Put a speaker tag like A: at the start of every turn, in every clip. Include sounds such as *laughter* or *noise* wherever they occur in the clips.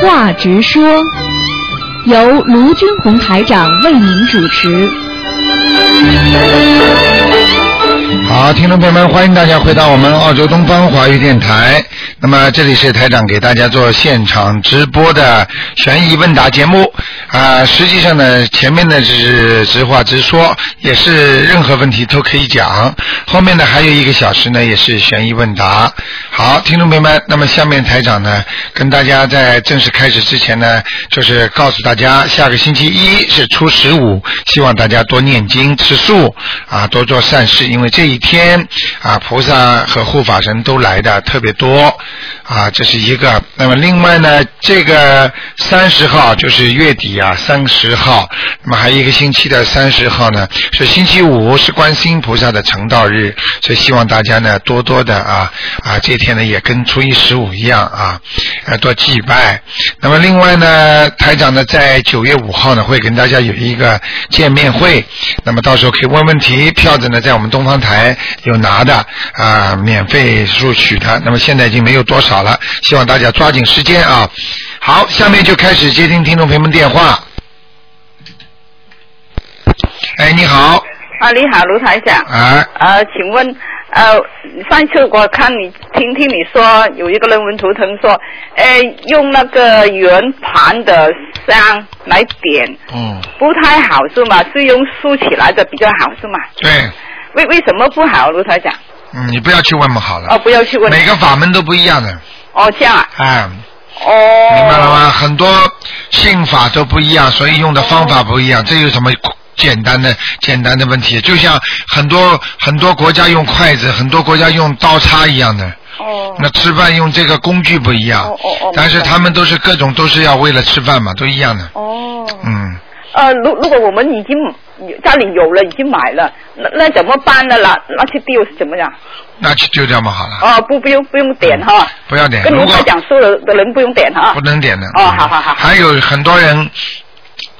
A: 话直说，由卢军红台长为您主持。
B: 好，听众朋友们，欢迎大家回到我们澳洲东方华语电台。那么这里是台长给大家做现场直播的悬疑问答节目啊、实际上呢，前面呢是直话直说，也是任何问题都可以讲。后面呢还有一个小时呢，也是悬疑问答。好，听众朋友们，那么下面台长呢跟大家在正式开始之前呢，就是告诉大家，下个星期一是初十五，希望大家多念经、吃素啊，多做善事，因为这一天啊，菩萨和护法神都来的特别多啊，这是一个。那么另外呢，这个三十号就是月底啊，三十号，那么还有一个星期的三十号呢，是星期五，是观世音菩萨的成道日，所以希望大家呢多多的啊啊，这天呢也跟初一十五一样啊，呃多祭拜。那么另外呢，台长呢在九月五号呢会跟大家有一个见面会，那么到时候可以问问题，票子呢在我们东方台有拿的啊、免费录取的。那么现在已经没有多少了，希望大家抓紧时间啊。好，下面就开始接听听众朋友们电话。哎，你好，
C: 啊，你好，卢台长。
B: 哎，
C: 呃，请问，呃，上一次我看你听听你说有一个人文图腾说，呃，用那个圆盘的香来点
B: 嗯，
C: 不太好是吗？是用竖起来的比较好是吗？
B: 对，
C: 为为什么不好，卢台长？
B: 嗯，你不要去问嘛好了，
C: 哦，不要去问。
B: 每个法门都不一样的，
C: 哦，这样啊。
B: 哎，
C: 哦。
B: 明白了？吗？很多信法都不一样，所以用的方法不一样，这有什么简单的简单的问题？就像很多很多国家用筷子，很多国家用刀叉一样的。
C: 哦。
B: 那吃饭用这个工具不一样，
C: 哦哦哦
B: 但是
C: 明白
B: 他们都是各种都是要为了吃饭嘛，都一样的，
C: 哦。
B: 嗯。
C: 呃，如如果我们已经家里有了，已经买了，那那怎么办呢？拿拿去丢是怎么样？
B: 那就丢掉嘛好了，
C: 哦，不不用不用点哈。
B: 不要点。
C: 跟
B: 如
C: 卢
B: 果
C: 台长说的的人不用点哈
B: 不。能点的。
C: 哦好好好
B: 还有很多人。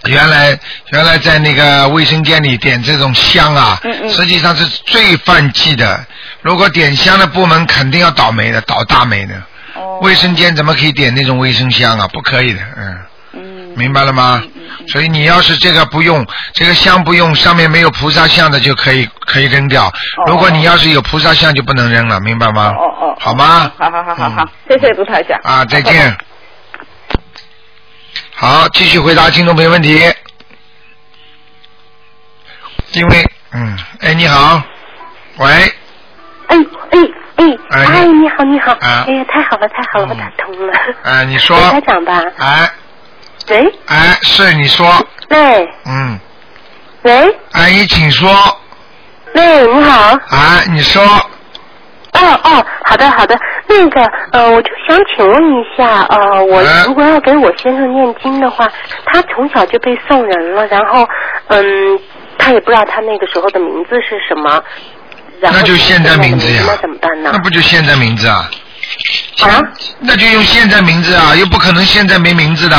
B: 原来原来在那个卫生间里点这种香啊，
C: 嗯嗯
B: 实际上是最犯忌的。如果点香的部门肯定要倒霉的，倒大霉的。
C: 哦
B: 卫生间怎么可以点那种卫生香啊？不可以的，嗯，
C: 嗯
B: 明白了吗？
C: 嗯嗯
B: 所以你要是这个不用，这个香不用，上面没有菩萨像的就可以可以扔掉。如果你要是有菩萨像就不能扔了，明白吗？
C: 哦哦
B: 好吗？
C: 好好好好好
B: 嗯，
C: 谢谢卢台长。
B: 啊，再见。好，继续回答听众朋友问题。因为，嗯，哎，你好，喂，
D: 哎哎哎！
B: 哎
D: 哎，你好，你好！
B: 啊
D: 哎呀，太好了，太好了，我
B: 嗯
D: 打通了。
B: 哎，你
D: *laughs*
B: 说，
D: 台长吧？
B: 哎，
D: 喂
B: 哎，是你说，
D: 喂
B: 嗯，
D: 喂
B: 哎，你请说，
D: 喂，你好！
B: 哎，你说，
D: 哦哦，好的好的，那个呃，我就想请问一下，呃，我
B: 哎
D: 如果要给我先生念经的话，他从小就被送人了，然后嗯，他也不知道他那个时候的名字是什么，然后
B: 那就现在
D: 的
B: 名字呀
D: 那怎么办呢
B: 那？不就现在名字啊？
D: 嗯啊，
B: 那就用现在名字啊，又不可能现在没名字的。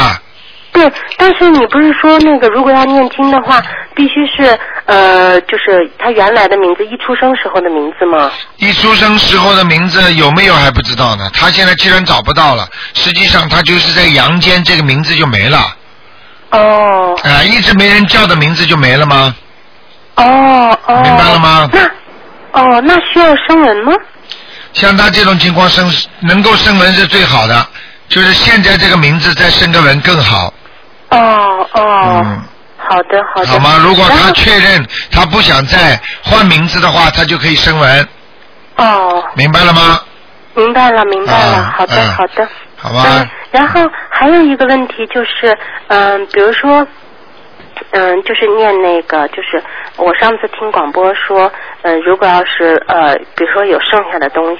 D: 对，但是你不是说那个如果要念经的话，必须是呃，就是他原来的名字，一出生时候的名字吗？
B: 一出生时候的名字有没有还不知道呢？他现在既然找不到了，实际上他就是在阳间，这个名字就没了。
D: 哦
B: 啊、一直没人叫的名字就没了吗？
D: 哦哦，
B: 明白了吗
D: 那哦，那需要生人吗？
B: 像他这种情况生能够生人是最好的，就是现在这个名字再生个人更好。
D: 哦哦，
B: 嗯，
D: 好的好的。
B: 好吗？如果
D: 然
B: 他
D: 后
B: 确认他不想再换名字的话，他就可以生人，
D: 哦，
B: 明白了吗？
D: 明白了明白了，
B: 啊
D: 好的、
B: 嗯
D: 好的。
B: 好
D: 嗯
B: 吧。，
D: 然后还有一个问题就是，嗯、比如说，嗯、就是念那个，就是我上次听广播说，嗯、如果要是呃，比如说有剩下的东西，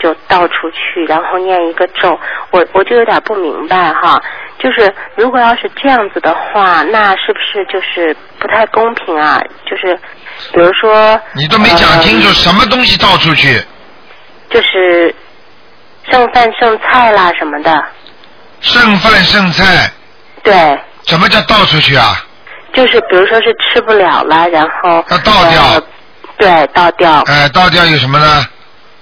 D: 就倒出去，然后念一个咒，我我就有点不明白哈，就是如果要是这样子的话，那是不是就是不太公平啊？就是比如说，
B: 你都没讲清楚
D: 呃
B: 什么东西倒出去，
D: 嗯就是剩饭剩菜啦什么的，
B: 剩饭剩菜，
D: 对。
B: 什么叫倒出去啊？
D: 就是比如说是吃不了了，然后
B: 要倒掉嗯
D: 呃对，倒掉。
B: 哎，倒掉有什么呢？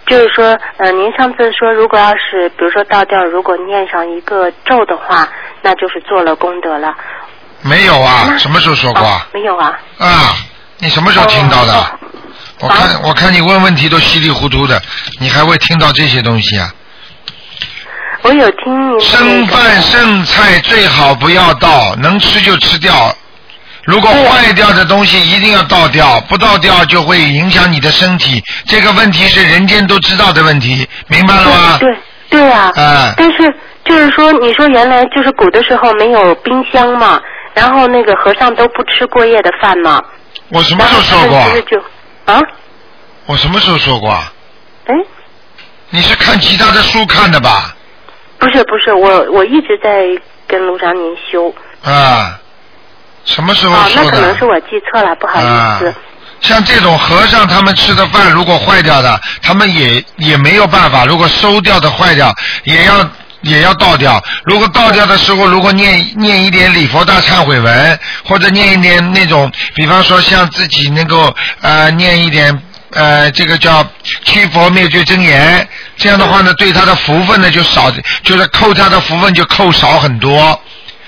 D: 就是说，呃，您上次说，如果要是比如说倒掉，如果念上一个咒的话，那就是做了功德了。
B: 没有啊，
D: 那
B: 什么时候说过
D: 哦
B: 啊？
D: 没有啊。
B: 啊，你什么时候听到
D: 哦
B: 的？我看我看你问问题都稀里糊涂的，你还会听到这些东西啊？
D: 我有听您的那
B: 生
D: 个
B: 饭剩菜最好不要倒，能吃就吃掉。如果坏掉的东西一定要倒掉，不倒掉就会影响你的身体。这个问题是人间都知道的问题，明白了吗？
D: 对对啊。
B: 哎
D: 但是就是说，你说原来就是古的时候没有冰箱嘛，然后那个和尚都不吃过夜的饭嘛。
B: 我什么时候说过
D: 然后他
B: 啊
D: 们？是不是就啊？
B: 我什么时候说过啊？
D: 哎，
B: 你是看其他的书看的吧？
D: 不是不是，我我一直在跟卢长您修。
B: 啊，什么时候
D: 啊，那
B: 说
D: 可
B: 的
D: 能是？我记错了，不好意思
B: 啊。像这种和尚他们吃的
D: 嗯
B: 饭如果坏掉的，他们也也没有办法。如果收掉的坏掉，也要也要倒掉。如果倒掉的时候，如果念念一点礼佛大忏悔文，或者念一点那种，比方说像自己能够呃念一点。呃，这个叫驱佛灭罪真言，这样的
D: 嗯
B: 话呢，对他的福分呢就少，就是扣他的福分就扣少很多。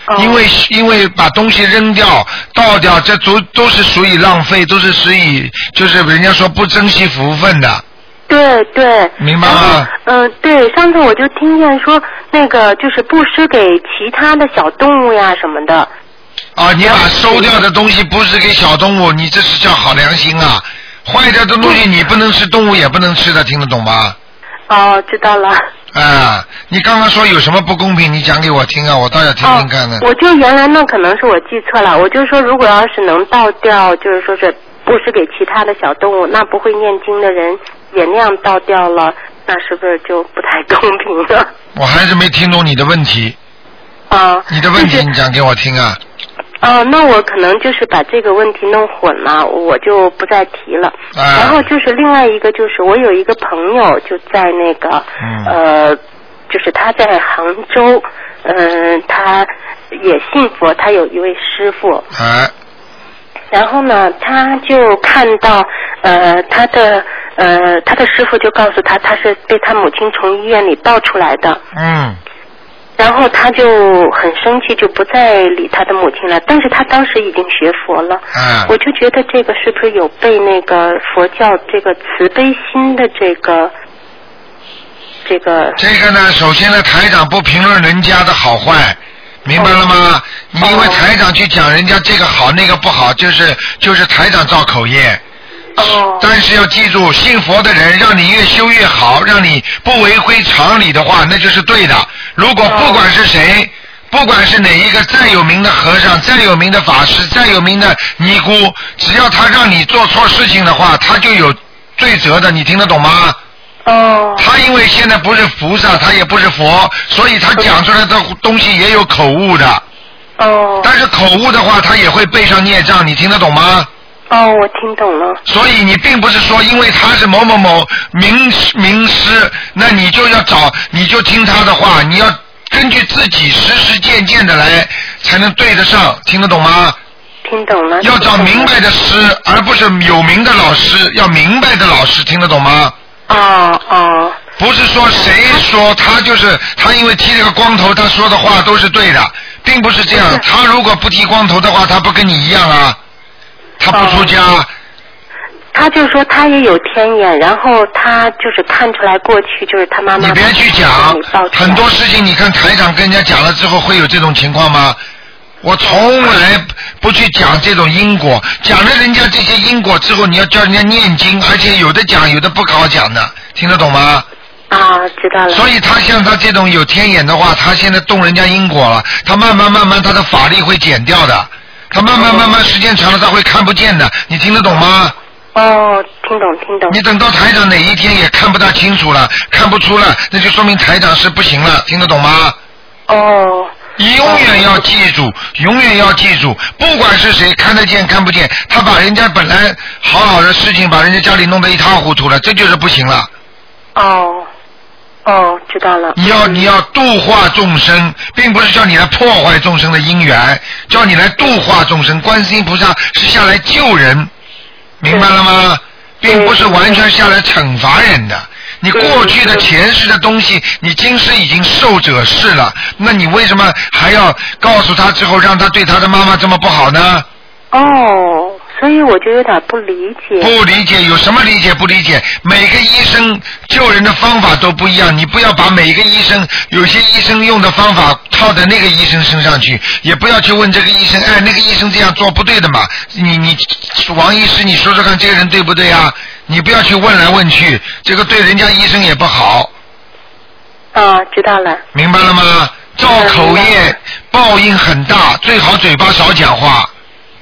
D: 哦
B: 因为因为把东西扔掉、倒掉，这都都是属于浪费，都是属于就是人家说不珍惜福分的。
D: 对对，
B: 明白吗
D: 嗯、呃对，上次我就听见说那个就是布施给其他的小动物呀什么的。
B: 啊，你把收掉的东西不是给小动物，你这是叫好良心啊！坏掉的东西你不能吃，动物也不能吃的，听得懂吗？
D: 哦，
B: *laughs*
D: 知道了。
B: 啊，你刚刚说有什么不公平，你讲给我听啊，我倒要听听看呢
D: 哦。。我就原来那可能是我记错了，我就说如果要是能倒掉，就是说是布施给其他的小动物，那不会念经的人也那样倒掉了，那是不是就不太公平了？
B: 我还是没听懂你的问题，
D: 啊，
B: 你的问
D: 就
B: 题
D: 是
B: 你讲给我听啊。
D: 哦，那我可能就是把这个问题弄混了，我就不再提了。
B: 啊
D: 然后就是另外一个，就是我有一个朋友就在那个、
B: 嗯
D: 呃，就是他在杭州，嗯、他也信佛，他有一位师傅，
B: 哎，
D: 然后呢，他就看到呃他的呃他的师傅就告诉他，他是被他母亲从医院里抱出来的。
B: 嗯，
D: 然后他就很生气，就不再理他的母亲了。但是他当时已经学佛了，
B: 哎，
D: 我就觉得这个是不是有被那个佛教这个慈悲心的这个这个
B: 这个呢，首先呢，台长不评论人家的好坏，明白了吗？你因为台长去讲人家这个好那个不好，就是就是台长造口业。
D: 哦
B: 但是要记住，信佛的人让你越修越好，让你不违规常理的话，那就是对的。如果不管是谁，不管是哪一个再有名的和尚、再有名的法师、再有名的尼姑，只要他让你做错事情的话，他就有罪责的。你听得懂吗？
D: 哦
B: 他因为现在不是菩萨，他也不是佛，所以他讲出来的东西也有口误的。
D: 哦
B: 但是口误的话，他也会背上孽障，你听得懂吗？
D: 哦，我听懂了。
B: 所以你并不是说因为他是某某某名名师，那你就要找，你就听他的话，你要根据自己实实践践的来，才能对得上，听得懂吗？
D: 听懂了，
B: 要找
D: 听懂了
B: 明白的师，而不是有名的老师，要明白的老师，听得懂吗？
D: 哦哦
B: 不是说谁说他就是他，因为剃了个光头，他说的话都是对的，并不是这样。他如果不剃光头的话，他不跟你一样啊，他不出家。
D: 他就说他也有天眼，然后他就是看出来过去就是他妈妈
B: 你别去讲
D: 把他抱出来
B: 很多事情，你看台长跟人家讲了之后，会有这种情况吗？我从来不去讲这种因果，讲了人家这些因果之后，你要叫人家念经，而且有的讲，有的不好讲的，听得懂吗？
D: 啊，知道了。
B: 所以他像他这种有天眼的话，他现在动人家因果了，他慢慢慢慢他的法力会减掉的，他慢慢慢慢时间长了他会看不见的，你听得懂吗？
D: 哦，听懂听懂
B: 你。等到台长哪一天也看不大清楚了，看不出了，那就说明台长是不行了，听得懂吗？
D: 哦
B: 你永远要记住，永远要记住，不管是谁看得见看不见，他把人家本来好好的事情，把人家家里弄得一塌糊涂了，这就是不行了。
D: 哦哦，知道了。
B: 你要你要度化众生，并不是叫你来破坏众生的因缘，叫你来度化众生。观世音菩萨是下来救人，明白了吗？并不是完全下来惩罚人的。你过去的前世的东西，你今世已经受者是了，那你为什么还要告诉他之后让他对他的妈妈这么不好呢？嗯
D: 哦，所以我就有点不理解。
B: 不理解有什么理解不理解？每个医生救人的方法都不一样，你不要把每一个医生，有些医生用的方法套在那个医生身上去，也不要去问这个医生，哎，那个医生这样做不对的嘛。你你王医师，你说说看，这个人对不对啊？你不要去问来问去，这个对人家医生也不好，
D: 啊，知道了。
B: 明白了吗？造口业报应很大，最好嘴巴少讲话，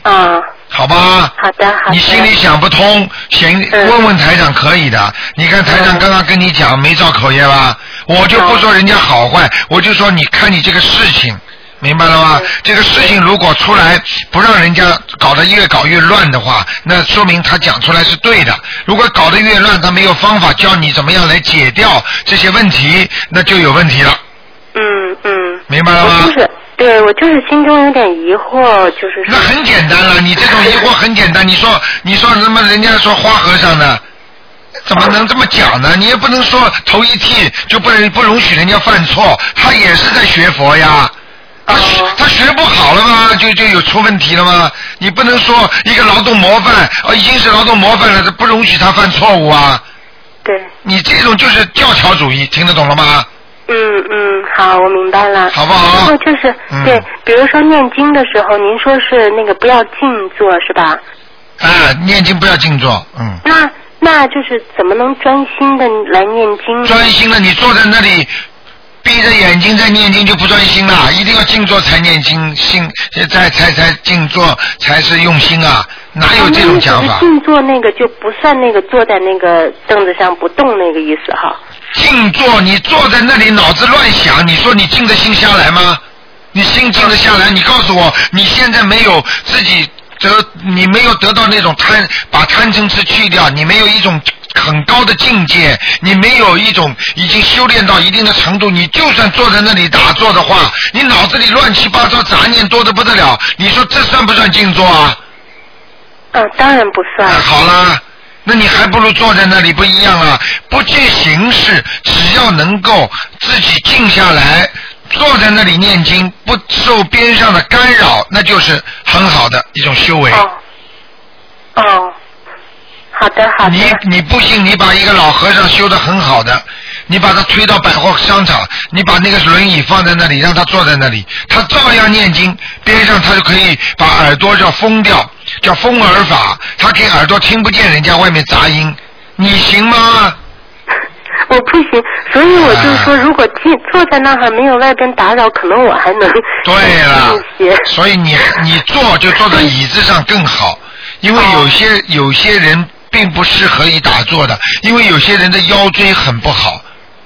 D: 啊，
B: 好吧？
D: 好的，好的。
B: 你心里想不通，行，
D: 嗯
B: 问问台长可以的。你看台长刚刚跟你讲没造口业吧？我就不说人家好坏，我就说你看你这个事情，明白了吗
D: 嗯？
B: 这个事情如果出来不让人家搞得越搞越乱的话，那说明他讲出来是对的。如果搞得越乱，他没有方法教你怎么样来解掉这些问题，那就有问题了，
D: 嗯嗯。
B: 明白了吗？
D: 我就是，对我就是心中有点疑惑，就是
B: 那
D: 说，
B: 很简单了，你这种疑惑很简单。你说，你说什么？人家说花和尚呢，怎么能这么讲呢？你也不能说头一剃就不能不容许人家犯错，他也是在学佛呀。他学
D: 哦
B: 他学不好了吗？就就有出问题了吗？你不能说一个劳动模范，哦，已经是劳动模范了，这不容许他犯错误啊！
D: 对，
B: 你这种就是教条主义，听得懂了吗？
D: 嗯嗯，好，我明白了。
B: 好不好
D: 然后就是、
B: 嗯
D: 对，比如说念经的时候，您说是那个不要静坐是吧？
B: 哎，念经不要静坐，嗯。
D: 那那就是怎么能专心的来念经呢？
B: 专心了，你坐在那里闭着眼睛在念经就不专心了，一定要静坐才念经，心才才才静坐才是用心啊，哪有这种讲法
D: 啊那意思是？静坐那个就不算那个坐在那个凳子上不动那个意思哈。
B: 静坐，你坐在那里脑子乱想，你说你静得心下来吗？你心静得下来？你告诉我，你现在没有自己得，你没有得到那种贪，把贪嗔痴去掉，你没有一种很高的境界，你没有一种已经修炼到一定的程度，你就算坐在那里打坐的话，你脑子里乱七八糟杂念多得不得了，你说这算不算静坐啊？
D: 啊，当然不算
B: 啊，。好啦，那你还不如坐在那里不一样啊！不计形式，只要能够自己静下来，坐在那里念经，不受边上的干扰，那就是很好的一种修为。
D: 哦。哦。好的，好的。
B: 你你不信，你把一个老和尚修得很好的，你把他推到百货商场，你把那个轮椅放在那里，让他坐在那里，他照样念经，边上他就可以把耳朵叫封掉，叫封耳法，他给耳朵听不见人家外面杂音，你行吗？
D: 我不行，所以我
B: 啊
D: 就说，如果静坐在那儿没有外边打扰，可能我还能 *laughs*
B: 对了
D: 一些。，
B: 所以你你坐就坐在椅子上更好，因为有些有些人并不适合于打坐的，因为有些人的腰椎很不好。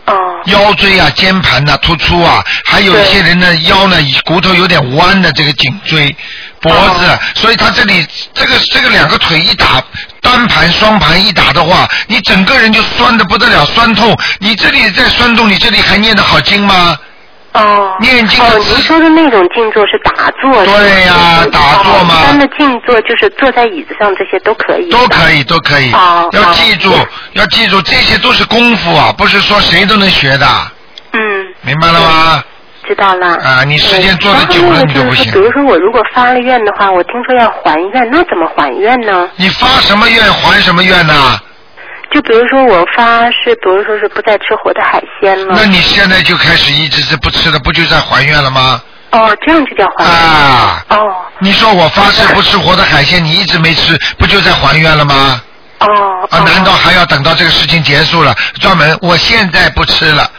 D: 哦
B: 腰椎啊、肩盘呐、突出啊，还有一些人呢腰呢骨头有点弯的这个颈椎、脖子，
D: 哦
B: 所以他这里这个这个两个腿一打，单盘双盘一打的话，你整个人就酸的不得了，酸痛。你这里再酸痛，你这里还念得好经吗？
D: 哦。
B: 念经的
D: 哦，
B: 姿
D: 您说的那种静坐是打坐。
B: 对呀
D: 是吧
B: 打坐嘛
D: 哦一般的静坐就是坐在椅子上，这些都可以。
B: 都可。以，都可以。
D: 哦
B: 要
D: 哦
B: 记住，要记住，这些都是功夫啊，不是说谁都能学的，
D: 嗯。
B: 明白了吗？
D: 知道了。
B: 啊你时间
D: 对
B: 坐得久了
D: 然后那个
B: 你就不
D: 就是
B: 行
D: 说比如说我如果发了愿的话，我听说要还愿，那怎么还愿呢？
B: 你发什么愿还什么愿呐、
D: 就比如说我发是，比如说是不再吃活的海鲜了。
B: 那你现在就开始一直是不吃的，不就在还愿了吗？
D: 哦，这样就叫还愿。
B: 啊！
D: 哦
B: 你说我发誓不吃活的海鲜，你一直没吃，不就在还愿了吗？
D: 哦。
B: 啊，
D: 哦
B: 难道还要等到这个事情结束了，专门我现在不吃了？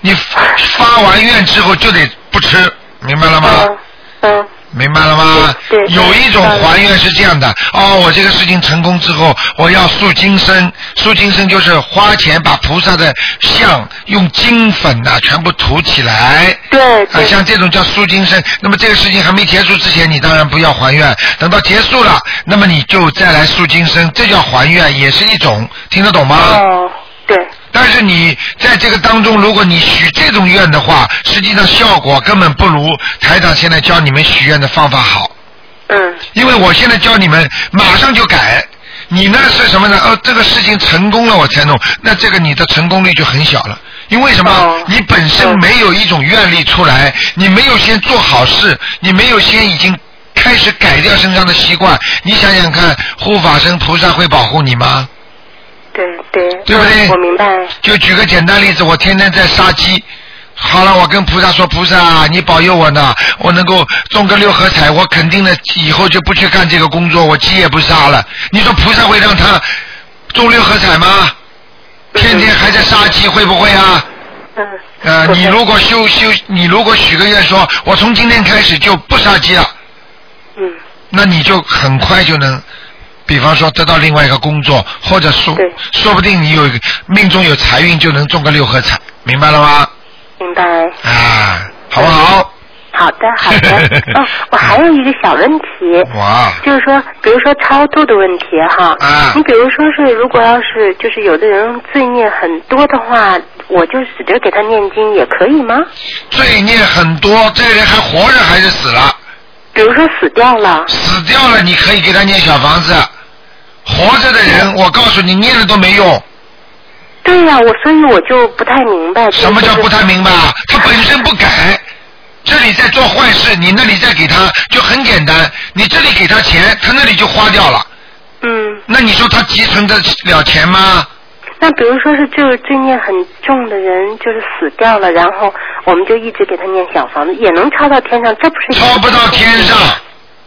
B: 你发发完愿之后就得不吃，明白了吗？
D: 嗯嗯
B: 明白了吗？
D: 对对
B: 有一种还愿是这样的，哦，我这个事情成功之后，我要塑金身，塑金身就是花钱把菩萨的像用金粉呐、全部涂起来。
D: 对
B: 啊，
D: 对。
B: 像这种叫塑金身，那么这个事情还没结束之前，你当然不要还愿，等到结束了，那么你就再来塑金身，这叫还愿，也是一种，听得懂吗？
D: 哦，对，
B: 但是你在这个当中，如果你许这种愿的话，实际上效果根本不如台长现在教你们许愿的方法好。
D: 嗯
B: 因为我现在教你们马上就改，你呢是什么呢？哦，这个事情成功了我才弄，那这个你的成功率就很小了。因为什么？
E: 哦
B: 你本身没有一种愿力出来，你没有先做好事，你没有先已经开始改掉身上的习惯。你想想看，护法神菩萨会保护你吗？
E: 对对，
B: 对不对
E: 嗯我明白，
B: 就举个简单例子，我天天在杀鸡。好了，我跟菩萨说，菩萨，啊你保佑我呢，我能够中个六合彩，我肯定的，以后就不去干这个工作，我鸡也不杀了。你说菩萨会让他中六合彩吗？天天还在杀鸡，会不会啊？
E: 嗯。
B: 呃，
E: 不会
B: 你如果修修，你如果许个愿说，我从今天开始就不杀鸡了，
E: 嗯
B: 那你就很快就能，比方说得到另外一个工作，或者说
E: 对
B: 说不定你有一个命中有财运，就能中个六合彩，明白了吗？
E: 明白。
B: 啊，好不好？
E: 好的，好
B: *laughs*
E: 的。哦，我还有一个小问题，
B: 哇，
E: 就是说，比如说超度的问题哈。
B: 啊
E: 你比如说是，如果要是就是有的人罪孽很多的话，我就死着给他念经也可以吗？
B: 罪孽很多，这个人还活着还是死了？
E: 比如说死掉了，
B: 死掉了，你可以给他念小房子。活着的人，我告诉你，念了都没用。
E: 对呀、我所以我就不太明白。
B: 什么叫不太
E: 白？
B: 明白？啊？他本身不改，这里在做坏事，你那里再给他，就很简单。你这里给他钱，他那里就花掉了。
E: 嗯，
B: 那你说他集存得了钱吗？
E: 那比如说是就是罪孽很重的人，就是死掉了，然后我们就一直给他念小房子，也能超到天上，这不是
B: 超不到天上。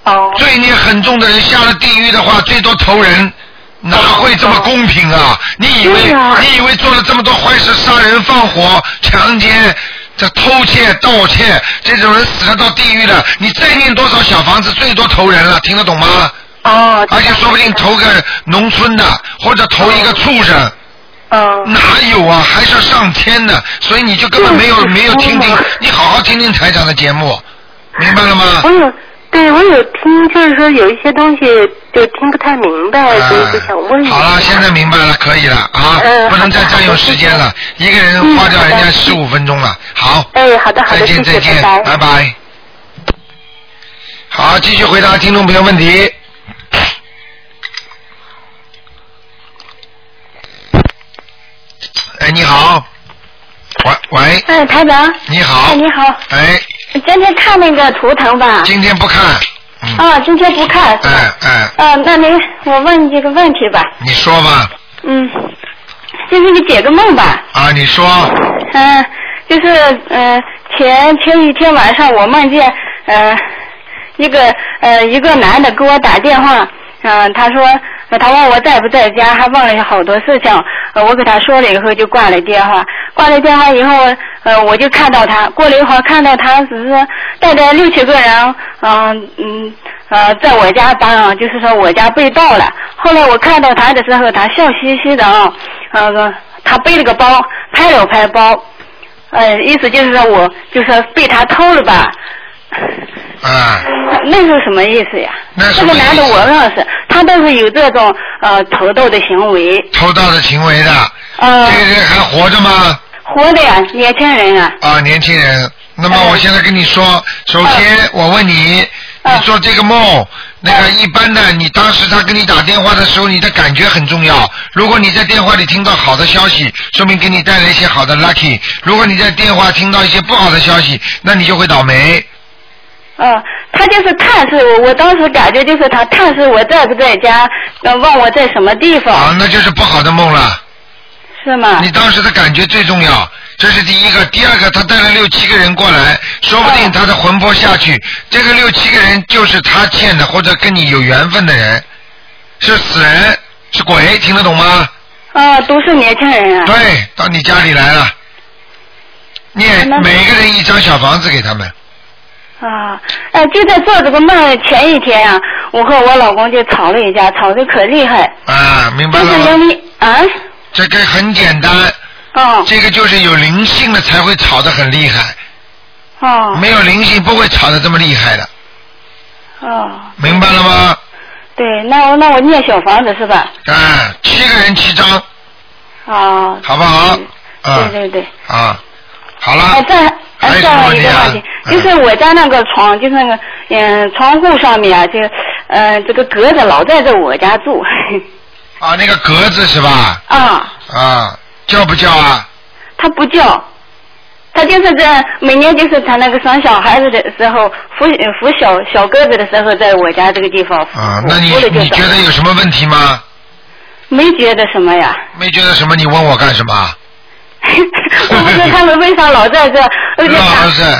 E: 哦？
B: 罪孽很重的人下了地狱的话，最多投人，哪会这么公平啊？你以为、
E: 对呀
B: 你以为做了这么多坏事，杀人放火、强奸、这偷窃、盗窃，这种人死了到地狱了，你再念多少小房子，最多投人了，听得懂吗？
E: 哦，
B: 而且说不定投个农村的，或者投一个畜生，
E: 嗯，
B: 哪有啊？还是要上天的，所以你就根本没有
E: 就是
B: 没有听听
E: 说嘛，
B: 你好好听听台长的节目，明白了吗
E: 我？有，对我有听，就是说有一些东西就听不太明白，所以就想问一下。
B: 啊好了，现在明白了，可以了啊，
E: 嗯
B: 不能再占用时间了，一个人花掉人家
E: 嗯
B: 十五分钟了。好，
E: 哎，好的，好
B: 再
E: 的，
B: 见，
E: 谢
B: 再
E: 谢，
B: 见，
E: 拜
B: 拜。拜。好，继续回答听众朋友问题。哎，你好，喂喂，
D: 哎，台长。
B: 你好
D: 哎，，你好。
B: 哎，
D: 今天看那个图腾吧。
B: 今天不看，嗯，
D: 啊，今天不看。
B: 哎哎，
D: 呃，那您我问几个问题吧。
B: 你说吧，
D: 嗯，就是你解个梦吧。
B: 啊，你说，
D: 嗯、就是呃，前前一天晚上我梦见呃一个呃一个男的给我打电话，嗯、他说呃他问我在不在家，还问了好多事情，呃我给他说了以后就挂了电话，挂了电话以后呃我就看到他，过了一会儿看到他只是带着六七个人，嗯嗯呃在我家把就是说我家被盗了，后来我看到他的时候，他笑嘻嘻的啊，呃他背了个包，拍了拍包。呃，意思就是说我就是说被他偷了吧？ *laughs*
B: 啊，
D: 那是什么意思呀？
B: 那什
D: 这
B: 么
D: 个
B: 意思
D: 男的我认识，他倒是有这种呃偷盗的行为，
B: 偷盗的行为的，
D: 呃
B: 这，个人还活着吗？
D: 活的呀，年轻人啊，
B: 啊，年轻人。那么
D: 嗯
B: 我现在跟你说，首先我问你，你
D: 嗯
B: 做这个梦，那个一般的，你当时他跟你打电话的时候，你的感觉很重要。如果你在电话里听到好的消息，说明给你带来一些好的 lucky；如果你在电话听到一些不好的消息，那你就会倒霉。
D: 呃，他就是探视我，我当时感觉就是他探视我在不在家，呃，问我在什么地
B: 啊
D: 方，，
B: 那就是不好的梦了。
D: 是 *laughs* 吗
B: 你？当时的感觉最重要，这是第一个。第二个，他带了六七个人过来，说不定
D: 嗯
B: 他的魂魄下去，这个六七个人就是他欠的，或者跟你有缘分的人，是死人，是鬼，听得懂吗？
D: 啊，都是年轻人啊。
B: 对，到你家里来了，念
D: 那
B: 每个人一张小房子给他们。
D: 啊，哎，就在做这个梦前一天啊，我和我老公就吵了一架，吵得可厉害。
B: 啊，明白
D: 就
B: 了
D: 是
B: 吗？
D: 因为啊，
B: 这个很简单，
D: 哦
B: 这个就是有灵性的才会吵得很厉害，
D: 哦
B: 没有灵性不会吵得这么厉害的，
D: 哦，
B: 明白了吗？
D: 对，那我那我念小房子是吧？
B: 啊，七个人七张，
D: 哦，
B: 好不好？啊
D: 对对对。
B: 啊，好
D: 哎，
B: 了，
D: 再
B: 还有
D: 哎
B: 什么
D: 再
B: 问
D: 问一
B: 题
D: 个
B: 啊
D: 问题，
B: 嗯
D: 就是我家那个床，就是那个嗯、窗户上面啊，这个呃这个格子老在这我家住， *laughs*
B: 啊，那个格子是吧？
F: 啊，
B: 啊，叫不叫啊？
F: 他不叫，他就是在每年就是他那个生小孩子的时候扶呃扶小小个子的时候，在我家这个地方扶
B: 啊，那你
F: 扶了就
B: 你
F: 走
B: 觉得有什么问题吗？
F: 没觉得什么
B: *laughs*
F: 呀？
B: 没觉得什么？你问我干什么？
F: 我不知道他们为啥老
B: *laughs*
F: 在这，而且
B: 老
F: 他
B: 在，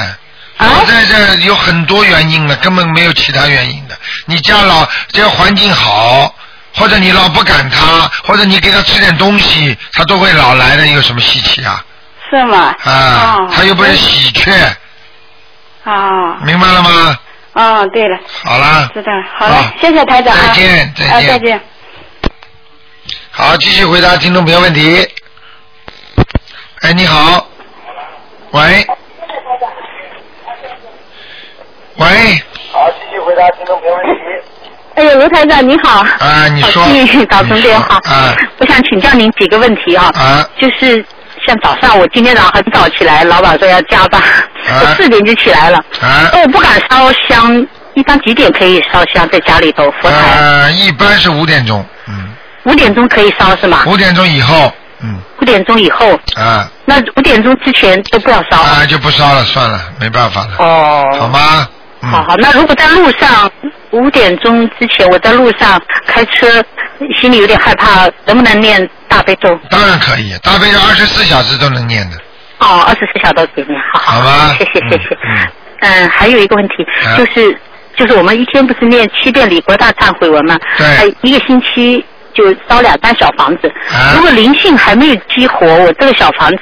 F: 啊
B: 老在这有很多原因的，根本没有其他原因的。你家老这个环境好，或者你老不赶他，或者你给他吃点东西，他都会老来的，有什么稀奇啊？
F: 是吗？
B: 啊，
F: 哦
B: 他又不是喜鹊，
F: 啊
B: 明白了吗？
F: 啊，对了，
B: 好啦，
F: 知道了，好了
B: 好，
F: 谢谢台长啊，
B: 再见再见
F: 啊，再见。
B: 好，继续回答听众朋友问题。哎，你好，喂，喂，
G: 哎呦，卢台长你好。
B: 啊，你说
G: 好，幸运哦打通电话
B: 你说啊
G: 我想请教您几个问题啊，
B: 啊
G: 就是像早上我今天早上很早起来，老板说要加班，我四点就起来了，
B: 啊
G: 我不敢烧香，一般几点可以烧香在家里头佛台？
B: 啊，一般是五点钟，嗯，
G: 五、点钟可以烧是吗？
B: 五点钟以后，嗯，
G: 五点钟以后，
B: 啊
G: 那五点钟之前都不要烧。
B: 啊就不烧了，算了，没办法了，
G: 哦，
B: 好？吗？嗯，
G: 好好，那如果在路上五点钟之前，我在路上开车，心里有点害怕，能不能念大悲咒？
B: 当然可以，大悲咒二十四小时都能念的，
G: 哦，二十四小时给你，好
B: 好吧
G: 谢谢
B: 嗯
G: 谢谢。
B: 嗯
G: 嗯还有一个问题、
B: 啊
G: 就是就是我们一天不是念七遍礼佛大忏悔文吗？
B: 对
G: 还一个星期就烧两张小房子、
B: 啊
G: 如果灵性还没有激活，我这个小房子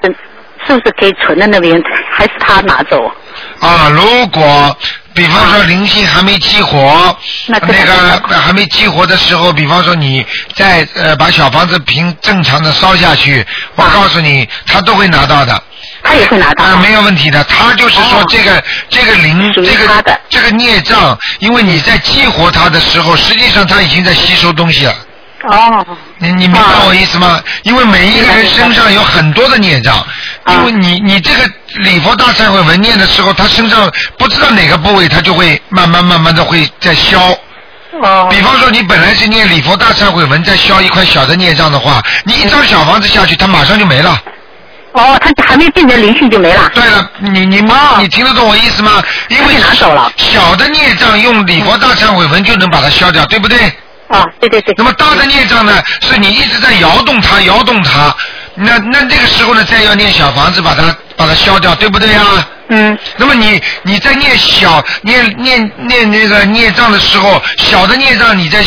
G: 是不是可以存在那边，还是他拿走？
B: 啊，如果比方说灵性还没激活，
G: 那这个
B: 个还没激活的时候，比方说你再呃把小房子凭正常的烧下去，我
G: 啊
B: 告诉你，他都会拿到的。
G: 他也会拿到？
B: 啊，没有问题的。他就是说
G: 哦
B: 这个、这个灵
G: 属于
B: 这
G: 他
B: 个
G: 的
B: 这个孽障，因为你在激活它的时候，实际上它已经在吸收东西了。
G: 哦，
B: 你你明白我意思吗？因为每一个人身上有很多的孽障，
G: 啊
B: 因为你你这个礼佛大忏悔文念的时候，他身上不知道哪个部位，他就会慢慢慢慢的会在消。
G: 哦
B: 比方说，你本来是念礼佛大忏悔文，再消一块小的孽障的话，你一张小房子下去，它马上就没了。
G: 哦，他还没变成灵性就没了。
B: 对了，你你妈，你听得懂我意思吗？因为
G: 他就拿走了
B: 小的孽障用礼佛大忏悔文就能把它消掉，对不对？
G: 啊，对对 *laughs* 对。
B: 那么大的孽障呢，是你一直在摇动它，摇动它，那那这个时候呢，再要念小房子把它把它消掉，对不对呀、
G: 嗯，
B: 那么你你在念小念念念那个孽障的时候，小的孽障你在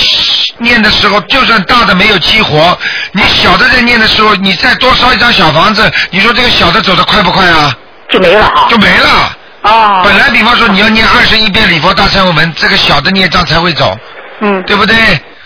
B: 念的时候，就算大的没有激活，你小的在念的时候，你再多烧一张小房子，你说这个小的走得快不快啊？
G: 就没了啊。
B: 就没了。
G: 哦。
B: 本来比方说你要念二十一遍礼佛大忏悔文，这个小的孽障才会走，
G: 嗯，
B: 对不对？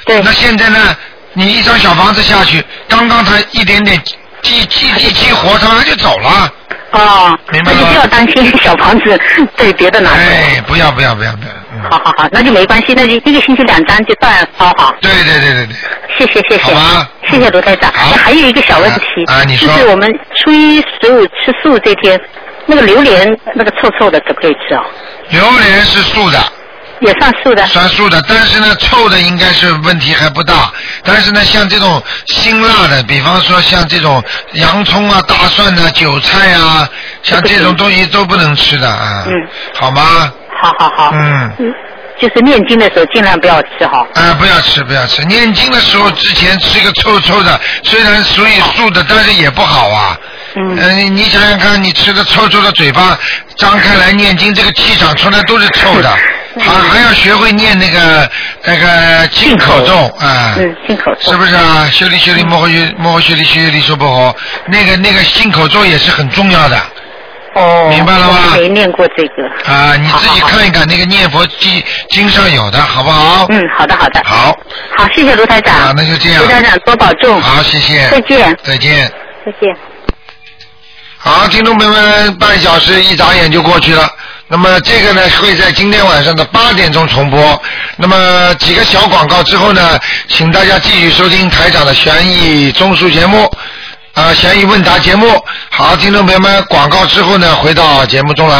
G: 对
B: 那现在呢，你一张小房子下去，刚刚才一点点激激激激活，它马上就走了。
G: 哦，
B: 明白
G: 那
B: 了
G: 就不要担心 *laughs* 小房子被别的拿走。
B: 哎，不要不要不要不要。嗯
G: 好好好，那就没关系，那就一个星期两张就照样烧好。
B: 对对对对对，
G: 谢谢谢
B: 好
G: 谢
B: 吗，
G: 谢谢卢台长。
B: 好
G: 那还有一个小问题，
B: 啊啊你说
G: 就是我们初一十五吃素这天，那个榴莲那个臭臭的可不可以吃哦？
B: 榴莲是素的，
G: 也算素的。
B: 算素的，但是呢，臭的应该是问题还不大。但是呢，像这种辛辣的，比方说像这种洋葱啊、大蒜啊、韭菜啊，像这种东西都不能吃的啊，
G: 嗯
B: 好吗？
G: 好好好，
B: 嗯，
G: 嗯，就是念经的时候尽量不要吃哈。
B: 啊，不要吃，不要吃。念经的时候之前吃个臭臭的，虽然属于素的，但是也不好啊。
G: 嗯
B: 呃你你想想看，你吃的臭臭的，嘴巴张开来念经，这个气场出来都是臭的，还还要学会念那个那个进口咒啊。
G: 嗯，进口嗯
B: 是不是啊？修理修理，摩诃摩诃修理修理说不好，那个那个进口咒也是很重要的
G: 哦，
B: 明白了吗
G: 我没念过这个。
B: 啊！你自己
G: 好好好
B: 看一看那个念佛经经上有的，好不好？
G: 嗯，好的好的。
B: 好，
G: 好，谢谢卢台长。
B: 啊那就这样
G: 卢台长多保重。
B: 好，谢谢，
G: 再见，
B: 再见。
G: 再见。
B: 好，听众朋友们，半小时一眨眼就过去了。那么这个呢会在今天晚上的八点钟重播。那么几个小广告之后呢，请大家继续收听台长的悬疑综述节目，啊、悬疑问答节目。好，听众朋友们，广告之后呢，回到节目中来。